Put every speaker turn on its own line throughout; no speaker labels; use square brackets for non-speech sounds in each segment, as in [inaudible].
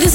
this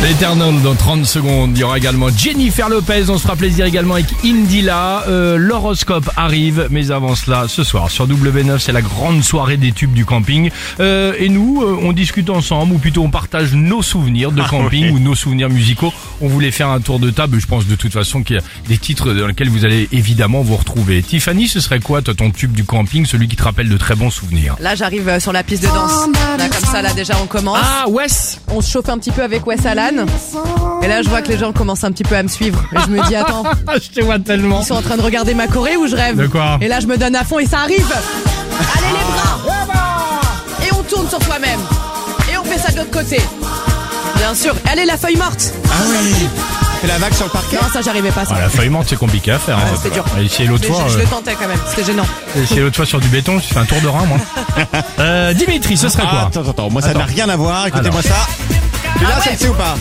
L'Eternal dans 30 secondes. Il y aura également Jennifer Lopez. On se fera plaisir également avec Indila. Euh, L'horoscope arrive, mais avant cela, ce soir sur W9, c'est la grande soirée des tubes du camping. Euh, et nous, euh, on discute ensemble, ou plutôt on partage nos souvenirs de camping ou nos souvenirs musicaux. On voulait faire un tour de table. Je pense de toute façon qu'il y a des titres dans lesquels vous allez évidemment vous retrouver. Tiffany, ce serait quoi toi, ton tube du camping, celui qui te rappelle de très bons souvenirs
Là, j'arrive euh, sur la piste de danse. Là, comme ça, là, déjà, on commence.
Ah, Wes
On se chauffe un petit peu avec Wes Alan. Et là, je vois que les gens commencent un petit peu à me suivre. Et Ah, je me dis, attends,
Je te vois tellement.
ils sont en train de regarder ma Corée ou je rêve
De quoi Ah.
Et là, je me donne à fond et ça arrive. Allez, les bras
bah.
Et on tourne sur soi-même. Et on fait ça de l'autre côté. Bien sûr. Allez, la feuille morte
Ah oui
Fais la vague sur le parquet.
Non, ça, j'arrivais pas, ça.
Ah, la feuille morte, c'est compliqué à faire. hein.
Ah, c'est dur.
Et essayer l'autre
Mais
fois,
je, je
euh,
le tentais quand même, c'était gênant.
essayer l'autre fois sur du béton, je fais un tour de rein,
[laughs]
moi. Euh, Dimitri, ce serait quoi
attends, attends, moi ça n'a rien à voir, écoutez-moi ça. Tu l'as
Ah ouais.
celle-ci ou pas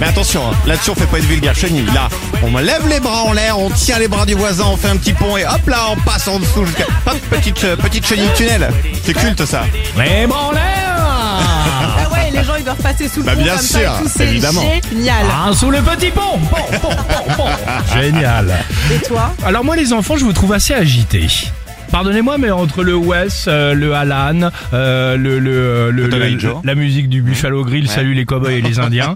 mais attention, hein, là-dessus on fait pas de vulgaire chenille. Là, on lève les bras en l'air, on tient les bras du voisin, on fait un petit pont et hop là, on passe en dessous jusqu'à... Hop, petite, euh, petite chenille tunnel. C'est culte ça.
Les bras en l'air
[laughs]
Ah ouais, les gens, ils doivent passer sous le
Bah,
pont
bien
comme
sûr,
ça et tout, c'est
évidemment.
génial.
Ah, sous le petit pont, pont, pont, pont,
[laughs]
pont. Génial
Et toi
Alors moi, les enfants, je vous trouve assez agités. Pardonnez-moi, mais entre le Wes, euh, le Alan, euh, le, le, le-
Little
le-
Big Joe. Mmh.
la musique du Buffalo Grill, salut les cowboys et les
[laughs]
Indiens.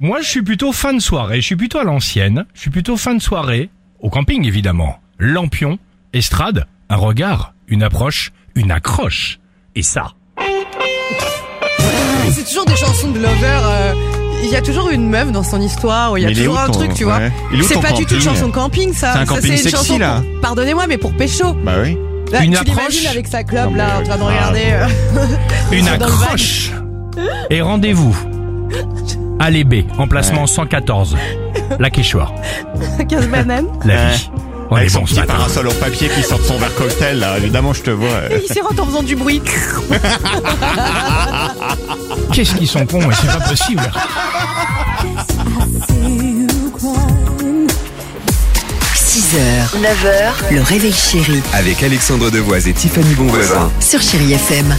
Moi, je suis plutôt fin de soirée. Je suis plutôt à l'ancienne. Je suis plutôt fin de soirée au camping, évidemment. Lampion, estrade, un regard, une approche, une accroche, et ça.
C'est toujours des chansons de lover. euh, Il y a toujours une meuf dans son histoire, ou il y a
Mais il est
toujours
où
un
ton-
truc, tu vois.
ouais. Il est où
C'est
ton
pas du tout une
camping
chanson de camping, ça.
C'est un
Ça,
camping
une
sexy,
chanson
là.
pour- Pardonnez-moi, mais pour pécho.
Bah oui.
Là,
Une
tu
approche.
l'imagines avec sa clope,
Non,
là, en
mais- ah.
train de regarder. euh,
[laughs]
[laughs]
Une
Dans le van.
accroche et rendez-vous. Allez B, emplacement 114. La Quechua,
Casse banane.
la vie. On
Avec
est
son
bon ce
petit
matin.
parasol en papier qui sort de son verre cocktail, là, évidemment je te vois. euh.
Il s'y rentre en faisant du bruit.
Qu'est-ce qu'ils sont cons, mais c'est pas possible.
you crying.
6h, 9h, le réveil chéri
Avec Alexandre Devoise et Tiffany Bonvoisin.
sur Chérie FM.